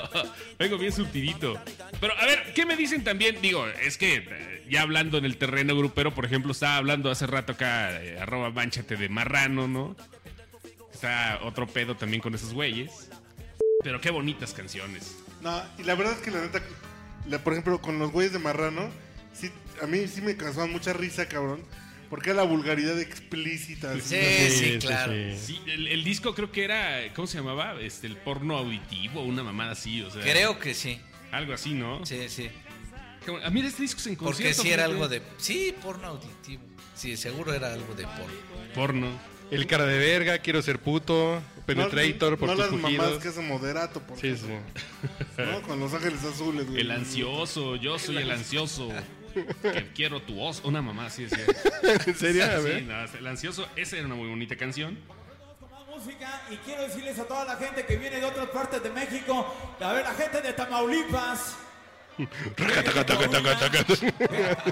Speaker 1: vengo bien surtidito. Pero a ver, ¿qué me dicen también? Digo, es que eh, ya hablando en el terreno grupero, por ejemplo, estaba hablando hace rato acá, eh, arroba manchate de marrano, ¿no? Está otro pedo también con esos güeyes. Pero qué bonitas canciones.
Speaker 3: No, y la verdad es que la neta, la- por ejemplo, con los güeyes de Marrano, sí, a mí sí me causaba mucha risa, cabrón. Porque era la vulgaridad explícita. así.
Speaker 4: Sí, sí, claro.
Speaker 1: Sí, el, el disco creo que era, ¿cómo se llamaba? Este, el porno auditivo, una mamada así, o sea.
Speaker 4: Creo que sí.
Speaker 1: Algo así, ¿no?
Speaker 4: Sí, sí.
Speaker 1: Qué bueno. A mí este disco se
Speaker 4: Porque sí era algo de sí, porno auditivo. Sí, seguro era algo de porno.
Speaker 1: Porno.
Speaker 2: El cara de verga, quiero ser puto, penetrator por
Speaker 3: no
Speaker 2: tus
Speaker 3: las mamás
Speaker 2: fugidos.
Speaker 3: que hacen moderato, por
Speaker 2: Sí, sí. Eh.
Speaker 3: ¿no? Con los ángeles azules, güey.
Speaker 1: El ansioso, yo soy el ansioso. Que quiero tu voz. Una mamá así decía.
Speaker 2: ¿En serio? A
Speaker 1: Sí,
Speaker 2: ver.
Speaker 1: nada, el ansioso, esa era una muy bonita canción.
Speaker 7: música y quiero decirles a toda la gente que viene de otras partes de México, a ver, la gente de Tamaulipas.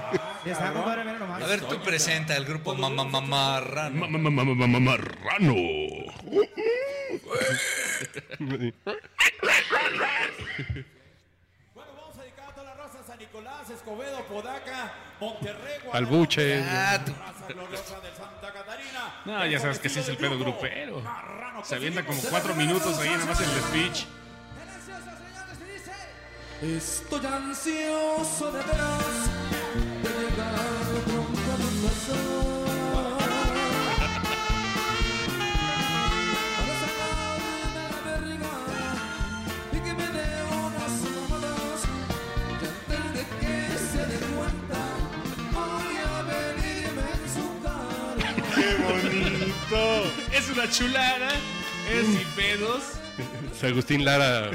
Speaker 4: A ver, tú presenta el grupo Mamá Mamarrano.
Speaker 1: Ma- ma- ma- ma- ma- ma- Marrano.
Speaker 7: Bueno, vamos a dedicar a toda la raza San Nicolás, Escobedo, Podaca, Monterrey,
Speaker 2: Al buche.
Speaker 4: Ah, tú-
Speaker 7: Raza gloriosa de Santa Catarina.
Speaker 1: No, ya sabes que sí es el pedo grupero. Se avienta como cuatro minutos ahí nada más en el speech.
Speaker 7: Estoy ansioso de veras de llegar pronto a mi mesa. Para sacarme de la verga y que me dé unas mamadas. Ya antes de que se dé cuenta, voy a venirme en su cara.
Speaker 3: ¡Qué bonito!
Speaker 1: Es una chulada. Es sin pedos.
Speaker 2: Es Agustín Lara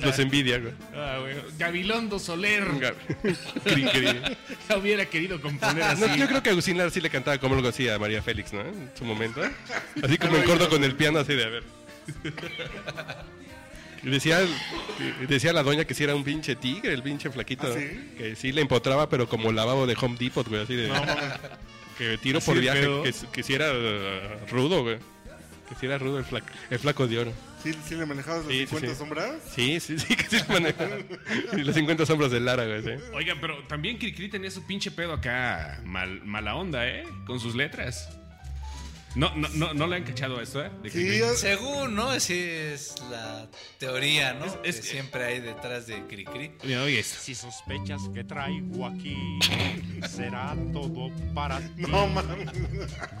Speaker 2: los envidia, güey.
Speaker 1: Ah, güey. Gabilondo Soler.
Speaker 2: Crin, crin.
Speaker 1: La hubiera querido componer así.
Speaker 2: No, yo creo que Agustín Lara sí le cantaba como algo así a María Félix, ¿no? En su momento. Así como en corto con el piano, así de a ver. Y Decía, decía la doña que sí era un pinche tigre, el pinche flaquito.
Speaker 3: ¿Ah,
Speaker 2: ¿no?
Speaker 3: sí?
Speaker 2: Que sí le empotraba, pero como lavabo de Home Depot, güey. Así de. que tiro
Speaker 1: Así
Speaker 2: por
Speaker 1: de
Speaker 2: viaje.
Speaker 1: pedo.
Speaker 2: Que, que sí era uh, rudo, güey. Que sí era rudo el flaco, el flaco de oro.
Speaker 3: ¿Sí, sí le manejabas las
Speaker 2: Sí, sí,
Speaker 3: 50
Speaker 2: sí.
Speaker 3: sombras?
Speaker 2: Sí, sí, sí, que sí lo manejaba. Y los 50 sombras de Lara, güey. sí.
Speaker 1: Oigan, pero también Cricri tenía su pinche pedo acá, mal- mala onda, ¿eh? Con sus letras. No, no, no, no le han cachado a esto, ¿eh? De Cricri.
Speaker 3: Sí, es-
Speaker 4: según, ¿no? Así es la teoría, ¿no?
Speaker 1: Es-
Speaker 4: que
Speaker 1: es-
Speaker 4: siempre hay detrás de Cricri.
Speaker 1: Mira, oye esto.
Speaker 10: Si sospechas que traigo aquí, será todo para ti.
Speaker 3: no mames.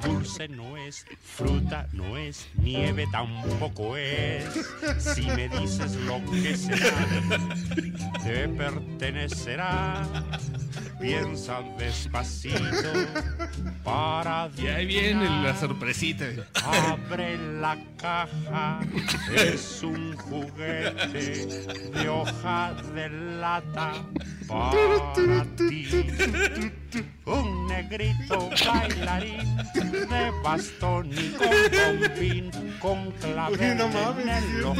Speaker 10: Dulce no es, fruta no es, nieve tampoco es. Si me dices lo que será, te pertenecerá. Piensa despacito para
Speaker 1: Y ahí viene la
Speaker 10: adivinar.
Speaker 1: sorpresita.
Speaker 10: Abre la caja, es un juguete de hoja de lata para ti. Un negrito bailarín de bastón y con bombín, con clavel
Speaker 3: no mames,
Speaker 10: en el
Speaker 3: sí,
Speaker 10: ojo.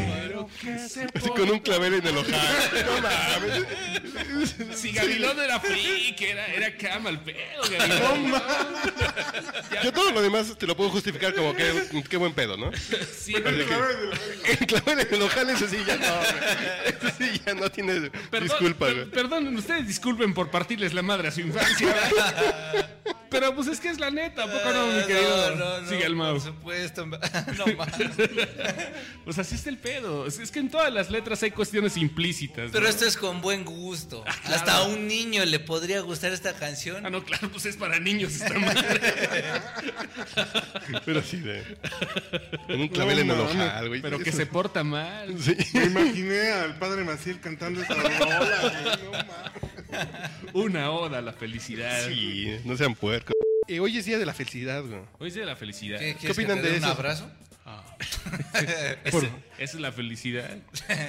Speaker 4: Bueno,
Speaker 10: Que se
Speaker 2: Así con un clavel en el ojal. No mames.
Speaker 1: Si Gabilón era freak, era, era acá mal pedo, Gabilón.
Speaker 2: Yo todo lo demás te lo puedo justificar como que qué buen pedo, ¿no?
Speaker 1: Sí,
Speaker 2: Así que- el clavel en el ojal, eso sí ya no. güey. Eso sí ya no tiene
Speaker 1: perdón,
Speaker 2: disculpa,
Speaker 1: per-
Speaker 2: güey.
Speaker 1: perdonen, ustedes disculpen por partirles la madre a su infancia. ¿verdad? Pero pues es que es la neta, ¿a poco Eh, no, mi querido? Sigue el
Speaker 4: Por
Speaker 1: mouse.
Speaker 4: supuesto. No más.
Speaker 1: Pues así está el pedo. Es es que en todas las letras hay cuestiones implícitas.
Speaker 4: Pero
Speaker 1: ¿no?
Speaker 4: esto es con buen gusto.
Speaker 1: Ah, claro.
Speaker 4: Hasta a un niño le podría gustar esta canción.
Speaker 1: Ah, no, claro, pues es para niños esta madre.
Speaker 2: Pero así de. En un clavel en el
Speaker 3: No, mames.
Speaker 2: ojal, güey.
Speaker 1: Pero que se porta mal.
Speaker 2: Sí.
Speaker 3: Me imaginé al padre Maciel cantando esa rola, güey. No mames.
Speaker 1: Una oda a la felicidad.
Speaker 2: Sí, no sean puercos. Eh, hoy es día de la felicidad, güey.
Speaker 1: Hoy es día de la felicidad.
Speaker 4: ¿Qué,
Speaker 2: ¿Qué
Speaker 4: quieres que
Speaker 2: opinan
Speaker 4: te
Speaker 2: de
Speaker 4: dé un
Speaker 2: eso?
Speaker 4: abrazo?
Speaker 1: Ese- Esa es la felicidad.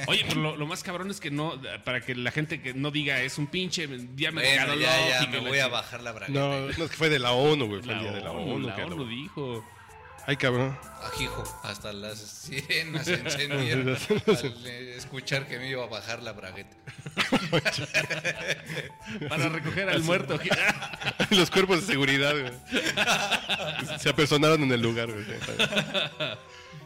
Speaker 1: Oye, pero lo, lo más cabrón es que no, para que la gente que no diga es un pinche día
Speaker 4: Bueno, ya, ya,
Speaker 1: mercadológico,
Speaker 4: me
Speaker 1: la
Speaker 4: voy a
Speaker 1: chi-
Speaker 4: bajar la bragueta.
Speaker 2: No, no, es que fue de la ONU, güey. Fue
Speaker 1: La
Speaker 2: el día de la
Speaker 1: ONU,
Speaker 2: ONU,
Speaker 1: la
Speaker 2: cabrón.
Speaker 1: ONU dijo.
Speaker 2: Ay, cabrón.
Speaker 4: Ajijo, hasta las sirenas se encendieron al eh, escuchar que me iba a bajar la bragueta.
Speaker 1: Para recoger al muerto.
Speaker 2: Los cuerpos de seguridad, güey. Se apersonaron en el lugar, güey.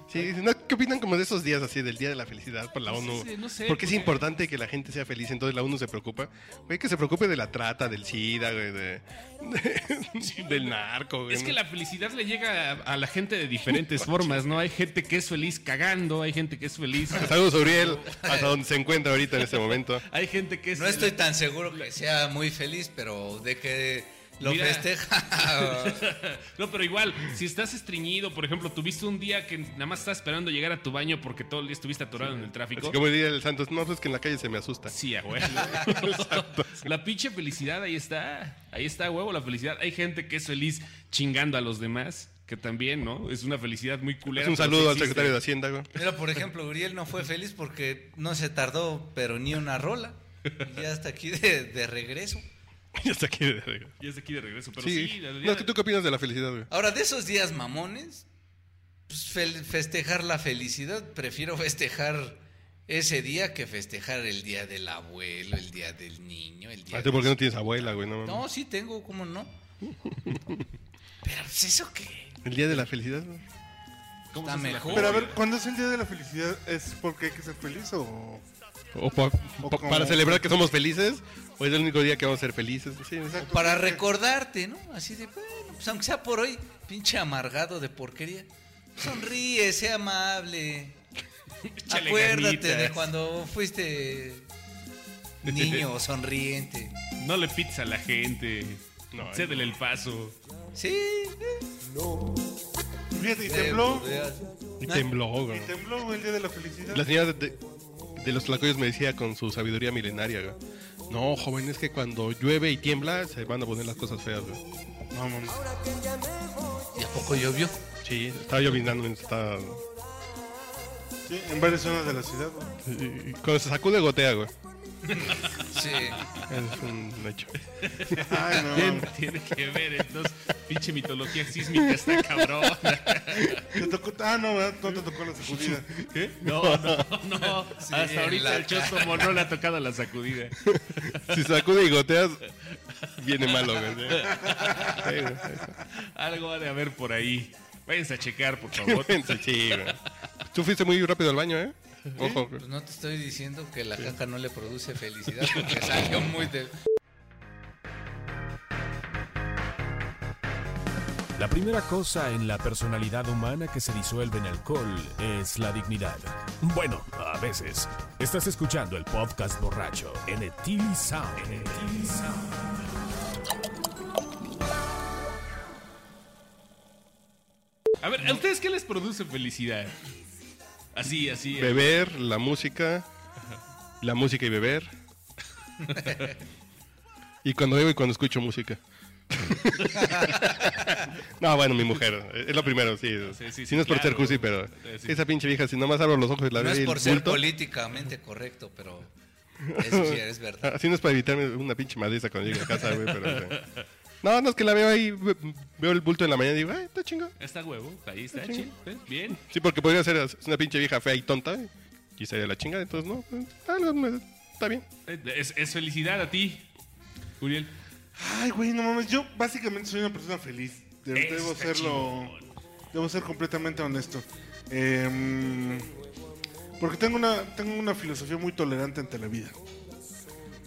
Speaker 2: Sí, dicen, ¿no? ¿qué opinan como de esos días así, del Día de la Felicidad para la
Speaker 1: Pues
Speaker 2: ONU?
Speaker 1: ese, no sé,
Speaker 2: Porque es
Speaker 1: porque-
Speaker 2: importante que la gente sea feliz, entonces la ONU se preocupa. Güey, que se preocupe de la trata, del SIDA, güey, de- de- del narco, güey.
Speaker 1: Es que
Speaker 2: ¿no?
Speaker 1: la felicidad le llega a, a la gente de diferentes formas, ¿no? Hay gente que es feliz cagando, hay gente que es feliz.
Speaker 2: Saludos, Uriel, hasta donde se encuentra ahorita en este momento.
Speaker 1: Hay gente que es.
Speaker 4: No estoy tan seguro que sea muy feliz, pero de que lo
Speaker 1: Mira.
Speaker 4: festeja.
Speaker 1: No, pero igual, si estás estreñido, por ejemplo, tuviste un día que nada más estás esperando llegar a tu baño porque todo el día estuviste atorado en el tráfico.
Speaker 2: Así como diría el Santos, no, pues es que en la calle se me asusta.
Speaker 1: Sí, a huevo. la pinche felicidad ahí está. Ahí está, a huevo, la felicidad. Hay gente que es feliz chingando a los demás, que también, ¿no? Es una felicidad muy culera.
Speaker 2: Es un
Speaker 1: pero
Speaker 2: saludo
Speaker 1: sí
Speaker 2: al
Speaker 1: existe.
Speaker 2: secretario de Hacienda, güey.
Speaker 4: Mira, por ejemplo, Uriel no fue feliz porque no se tardó, pero ni una rola. Y ya hasta aquí de, de regreso.
Speaker 2: Ya está aquí de regreso.
Speaker 1: Y es de aquí de regreso, pero sí.
Speaker 2: Sí. No, ¿tú qué opinas de la felicidad, güey?
Speaker 4: Ahora, de esos días mamones, pues, fel- festejar la felicidad, prefiero festejar ese día que festejar el día del abuelo, el día del niño, el día
Speaker 2: Ah, ¿tú
Speaker 4: del
Speaker 2: por qué no
Speaker 1: pues,
Speaker 2: tienes abuela, güey? No, mames.
Speaker 4: No, sí tengo, ¿cómo no? Pero pues eso qué.
Speaker 2: El día de la felicidad, güey.
Speaker 4: Está mejor.
Speaker 3: Pero a ver, ¿cuándo es el día de la felicidad? ¿Es porque hay que ser feliz o...?
Speaker 2: O pa-
Speaker 3: O
Speaker 2: pa-
Speaker 3: como-
Speaker 2: para celebrar que somos felices, o es el único día que vamos a ser felices. Pues Sí, exacto.
Speaker 3: Exacto.
Speaker 4: Para recordarte, ¿no? Así de, bueno, pues aunque sea por hoy, pinche amargado de porquería. Sonríe, sea amable.
Speaker 1: Échale
Speaker 4: Acuérdate
Speaker 1: ganitas.
Speaker 4: de cuando fuiste niño sonriente.
Speaker 1: No le pizza a la gente.
Speaker 2: No,
Speaker 1: Cédele el paso.
Speaker 4: Sí. eh,
Speaker 3: Fíjate, y tembló.
Speaker 4: eh,
Speaker 2: Y tembló, güey.
Speaker 3: Y tembló güey, el día de la felicidad.
Speaker 2: pues, La señora de, de- de los tlacoyos me decía con su sabiduría milenaria, güey. No, joven, es que cuando llueve y tiembla, se van a poner las cosas feas, güey.
Speaker 3: No, mames.
Speaker 4: ¿Y a poco llovió?
Speaker 2: Sí, estaba llovinando, estaba...
Speaker 3: Sí, en varias zonas de la ciudad. güey.
Speaker 2: y- y Cuando se sacude, gotea, güey.
Speaker 4: Sí.
Speaker 2: Es un hecho.
Speaker 3: Ay, no.
Speaker 1: Tiene,
Speaker 3: mames.
Speaker 1: tiene que ver, entonces, pinche mitología sísmica está cabrón.
Speaker 3: Te tocó... Ah, no, ¿verdad? no te tocó la sacudida.
Speaker 1: No, no, no. Hasta ahorita
Speaker 4: la
Speaker 1: el Chostomo no le ha tocado la sacudida.
Speaker 2: Si sacude y goteas, viene malo, güey. Sí, güey.
Speaker 1: Algo ha de haber por ahí. Váyanse a checar, por favor.
Speaker 2: Sí, güey. Tú fuiste muy rápido al baño, ¿eh? Ojo, güey.
Speaker 4: Pues no te estoy diciendo que la caca no le produce felicidad porque salió muy de.
Speaker 9: La primera cosa en la personalidad humana que se disuelve en alcohol es la dignidad. Bueno, a veces. Estás escuchando el podcast borracho en el TV Sound.
Speaker 1: A ver, ¿a ustedes qué les produce felicidad? Así, así.
Speaker 2: Beber, la música, la música y beber. y cuando bebo y cuando escucho música. no, bueno, mi mujer. Es lo primero, sí.
Speaker 1: Ah, Sí,
Speaker 2: Sí,
Speaker 1: sí, sí,
Speaker 2: no es por ser
Speaker 1: claro. Eh,
Speaker 2: cursi, pero
Speaker 1: Sí, sí.
Speaker 2: esa pinche vieja, si nomás abro los ojos y la
Speaker 4: No
Speaker 2: veo
Speaker 4: es
Speaker 2: y
Speaker 4: por
Speaker 2: el
Speaker 4: ser
Speaker 2: bulto,
Speaker 4: políticamente correcto, pero eso sí es verdad.
Speaker 2: Así Ah, no es para evitarme una pinche madriza cuando llegue a casa, güey, pero... sí. No, no es que la veo ahí, ve- veo el bulto en la mañana y digo, ay, está chingo.
Speaker 1: Está huevo, ahí está, chido. ¿eh? Bien.
Speaker 2: Sí, porque podría ser es una pinche vieja fea y tonta, güey, y sería la chingada, entonces no, pues, ah, no, me- está bien.
Speaker 1: Es, es felicidad a ti, Uriel.
Speaker 3: Ay, güey, no mames. Yo básicamente soy una persona feliz. De-
Speaker 1: Está
Speaker 3: debo serlo. Debo ser completamente honesto. Em, porque tengo una, tengo una filosofía muy tolerante ante la vida.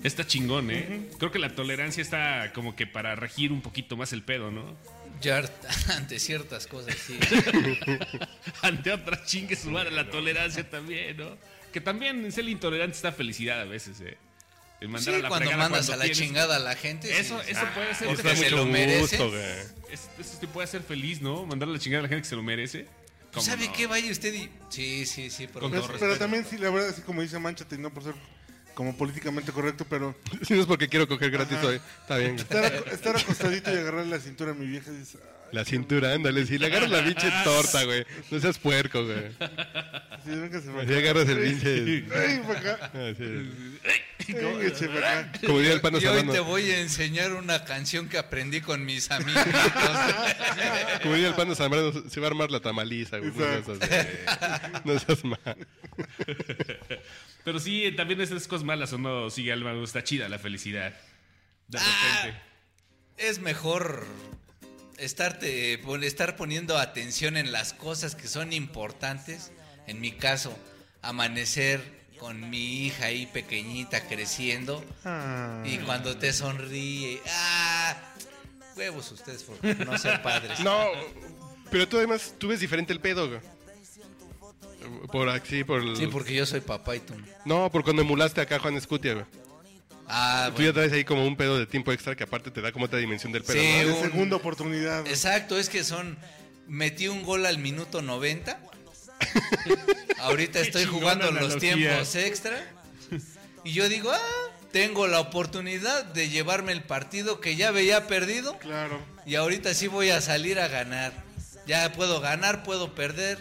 Speaker 1: Está chingón, ¿eh? Creo que la tolerancia está como que para regir un poquito más el pedo, ¿no?
Speaker 4: Yo ar- ante ciertas cosas, sí.
Speaker 1: Ante otras chingues humanas, la tolerancia también, ¿no? Que también en ser intolerante está felicidad a veces, ¿eh? El mandar
Speaker 4: Sí,
Speaker 1: a la
Speaker 4: cuando
Speaker 1: fregada
Speaker 4: mandas a la
Speaker 1: tienes-
Speaker 4: chingada a la gente.
Speaker 1: Eso,
Speaker 4: sí. Ah,
Speaker 1: eso
Speaker 4: pues,
Speaker 1: puede ser.
Speaker 4: porque se lo merece. Pues,
Speaker 1: Es- Eso te puede hacer feliz, ¿no? Mandar a la chingada a la gente que se lo merece. ¿Cómo
Speaker 4: Pues ¿Sabe
Speaker 1: no?
Speaker 4: qué? Vaya usted y... Sí, sí, sí, por
Speaker 1: Con
Speaker 4: favor.
Speaker 1: todo
Speaker 3: Pero también, sí, la verdad, así como dice Manchate, no por ser como políticamente correcto, pero
Speaker 2: Si no es porque quiero coger gratis
Speaker 3: Ajá.
Speaker 2: hoy. Está bien. güey.
Speaker 3: estar, ac- estar acostadito y agarrarle la cintura a mi vieja, dices,
Speaker 2: La cintura, ándale. Si le agarras la pinche torta, güey. No seas puerco, güey.
Speaker 3: así ven "Ah, que se me
Speaker 2: Si agarras el pinche.
Speaker 3: ¡Ay, pa' acá!
Speaker 2: Así
Speaker 3: ¡Ay, eche pa' acá!
Speaker 2: es. Como diría el panda
Speaker 4: Y hoy
Speaker 2: serrano.
Speaker 4: te voy a enseñar una canción que aprendí con mis amigos.
Speaker 2: Como diría el panda serrano, se va a armar la tamaliza, güey. No seas,
Speaker 3: Exacto.
Speaker 2: así. no seas mal.
Speaker 1: Pero sí, eh, también esas cosas malas o no, sí, Álvaro, está chida la felicidad. De
Speaker 4: Ah.
Speaker 1: repente.
Speaker 4: es mejor estarte pon- estar poniendo atención en las cosas que son importantes. En mi caso, amanecer con mi hija ahí pequeñita creciendo
Speaker 3: Ah.
Speaker 4: y cuando te sonríe, ah, huevos ustedes por no ser padres.
Speaker 2: No, pero tú además, tú ves diferente el pedo, güey. Por aquí, por el...
Speaker 4: Sí, porque yo soy papá y tú. no.
Speaker 2: No, por cuando emulaste acá a Juan Escutia, güey.
Speaker 4: Ah,
Speaker 2: Tú ya
Speaker 4: bueno.
Speaker 2: traes ahí como un pedo de tiempo extra que aparte te da como otra dimensión del pedo,
Speaker 4: Sí,
Speaker 2: ¿no?
Speaker 3: De
Speaker 4: un-
Speaker 3: segunda oportunidad.
Speaker 4: Exacto, es que son metí un gol al minuto 90. Ahorita estoy
Speaker 1: chingona
Speaker 4: jugando los
Speaker 1: analogía.
Speaker 4: tiempos extra. Y yo digo, ah, tengo la oportunidad de llevarme el partido que ya veía perdido.
Speaker 3: Claro.
Speaker 4: Y ahorita sí voy a salir a ganar. Ya puedo ganar, puedo perder.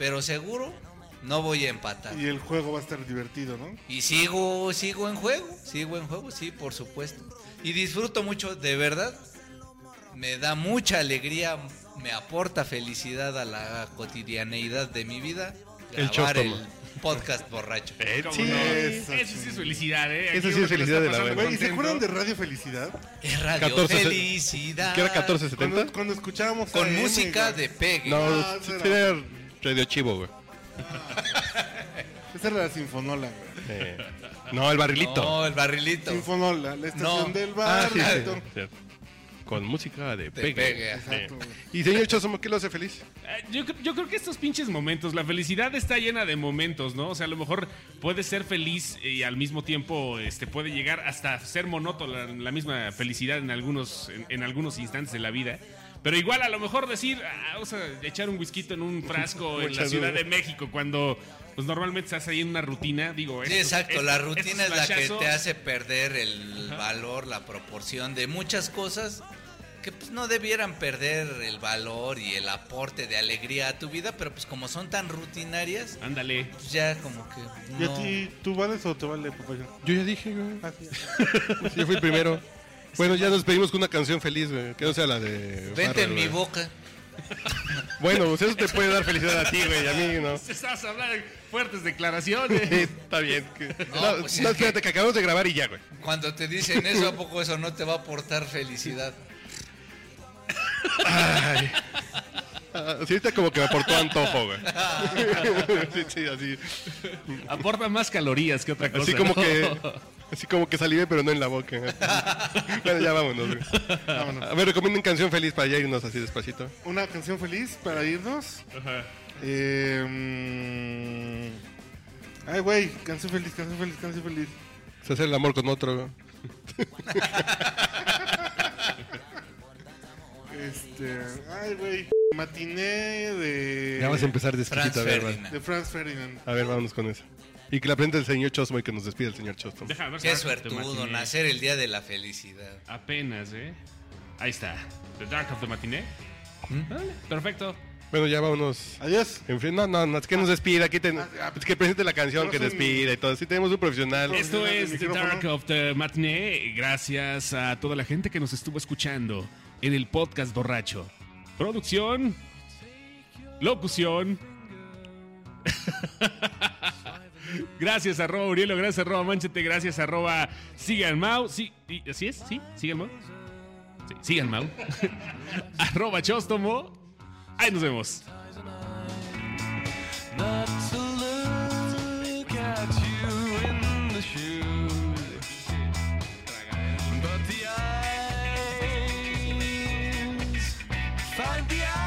Speaker 4: Pero seguro no voy a empatar.
Speaker 3: Y el juego va a estar divertido, ¿no?
Speaker 4: Y sigo, sigo en juego, sigo en juego, sí, por supuesto. Y disfruto mucho, de verdad. Me da mucha alegría, me aporta felicidad a la cotidianeidad de mi vida.
Speaker 2: El
Speaker 4: Grabar el,
Speaker 2: chóstomo.
Speaker 4: podcast borracho.
Speaker 1: ¿Cómo
Speaker 2: Eh, sí,
Speaker 1: no?
Speaker 3: eso
Speaker 1: Eso, sí es felicidad, ¿eh? Aquí
Speaker 2: Eso sí
Speaker 1: uno
Speaker 2: es
Speaker 1: que lo está
Speaker 2: felicidad de la
Speaker 1: pasando
Speaker 2: verga.
Speaker 3: Güey, ¿y ¿se
Speaker 1: contento.
Speaker 3: acuerdan de Radio Felicidad?
Speaker 4: Es radio
Speaker 2: 14,
Speaker 4: felicidad.
Speaker 2: ¿Qué era 1470?
Speaker 3: Cuando, cuando escuchábamos.
Speaker 4: Con
Speaker 3: AM,
Speaker 4: música
Speaker 3: güey.
Speaker 4: de pegue.
Speaker 2: No,
Speaker 3: Ah,
Speaker 2: sí,
Speaker 3: será.
Speaker 2: sería Radio Chivo, güey.
Speaker 3: Esa era la Sinfonola, güey.
Speaker 2: Eh, No, el barrilito.
Speaker 4: No, el barrilito.
Speaker 3: Sinfonola, la estación
Speaker 4: No.
Speaker 3: del
Speaker 2: Ah,
Speaker 3: bar.
Speaker 2: sí,
Speaker 3: la
Speaker 2: sí,
Speaker 3: estación-
Speaker 2: cierto. Con música de
Speaker 4: De
Speaker 2: pegue.
Speaker 4: pegue, ajá.
Speaker 2: Eh,
Speaker 3: Exacto, güey.
Speaker 2: Y señor Chosomo, ¿qué lo hace feliz?
Speaker 1: Eh, Yo, cre- yo creo que estos pinches momentos, la felicidad está llena de momentos, ¿no? O sea, a lo mejor puedes ser feliz y al mismo tiempo este, puede llegar hasta ser monótono la, la misma felicidad en algunos, en, en algunos instantes de la vida. Pero igual a lo mejor decir, ah, vamos a echar un whisky en un frasco en la
Speaker 2: Mucha
Speaker 1: Ciudad
Speaker 2: duda.
Speaker 1: de México cuando pues normalmente estás ahí en una rutina, digo,
Speaker 4: Sí,
Speaker 1: estos-
Speaker 4: exacto.
Speaker 1: estos-
Speaker 4: la rutina es
Speaker 1: estos
Speaker 4: la que
Speaker 1: flashazos-
Speaker 4: te hace perder el valor, la proporción de muchas cosas que pues, no debieran perder el valor y el aporte de alegría a tu vida, pero pues como son tan rutinarias,
Speaker 1: Ándale.
Speaker 4: pues ya como que
Speaker 3: ¿Y
Speaker 4: no.
Speaker 3: a ti, tú vales o te vale, papá?
Speaker 2: Yo ya dije, güey. Yo fui el primero. Bueno, ya nos pedimos con una canción feliz, güey. Que no sea la de.
Speaker 4: Vente
Speaker 2: Farrell,
Speaker 4: en mi
Speaker 2: güey.
Speaker 4: boca.
Speaker 2: Bueno, pues eso te puede dar felicidad a ti, güey. y A mí, ¿no?
Speaker 1: Estás hablando de fuertes declaraciones.
Speaker 2: Sí, Está bien. que- No,
Speaker 4: No, pues es
Speaker 2: no, espérate,
Speaker 4: que-
Speaker 2: que... acabamos de grabar y ya, güey.
Speaker 4: Cuando te dicen eso, ¿a poco eso no te va a aportar felicidad?
Speaker 2: Ah, sí, ahorita como que me aportó antojo, güey. Sí, sí, así.
Speaker 1: Aporta más calorías que otra cosa.
Speaker 2: Así como
Speaker 1: ¿no?
Speaker 2: que. Así como que salivé, pero no en la boca. Bueno, ya vámonos, güey. A ver, recomienden canción feliz para ya irnos así despacito.
Speaker 3: Una canción feliz para irnos. Eh, mm, ay, güey, canción feliz, canción feliz, canción feliz.
Speaker 2: Se hace el amor con otro, güey.
Speaker 3: Este, ay, güey. Matiné de.
Speaker 2: Ya vas a empezar
Speaker 4: Franz
Speaker 2: despacito, a ver, va.
Speaker 4: Ferdinand.
Speaker 3: De Franz Ferdinand.
Speaker 2: A ver, vámonos con eso. Y que la prenda el señor Chostomo y que nos despide el señor Chostomo.
Speaker 1: Deja, a ver si
Speaker 4: Qué
Speaker 1: ahora te
Speaker 4: suertudo,
Speaker 1: matiné.
Speaker 4: nacer el día de la felicidad.
Speaker 1: Apenas, ¿eh? Ahí está. The Dark of the Matinee.
Speaker 4: ¿Mm?
Speaker 1: Vale, perfecto.
Speaker 2: Bueno, ya vámonos.
Speaker 3: Adiós.
Speaker 2: En fin, no, no, no, es que nos despida, que, ten- pues que presente la canción,
Speaker 3: No,
Speaker 2: que
Speaker 3: es un-
Speaker 2: despida y todo. Sí, tenemos un profesional.
Speaker 3: Es-
Speaker 1: Esto
Speaker 3: Funciona el
Speaker 1: es The
Speaker 3: micrófono.
Speaker 1: Dark of the Matinee. Gracias a toda la gente que nos estuvo escuchando en el podcast borracho. Producción, locución. gracias arroba Urielo, gracias arroba Manchete, gracias arroba Sigan Mau. Sí, y- ¿Así es? ¿Sí? ¿Sigan Mau? Sí, sigan Mau. arroba Chostomo. Ahí nos vemos.
Speaker 6: not to look at you in the shoes.
Speaker 7: cambiar.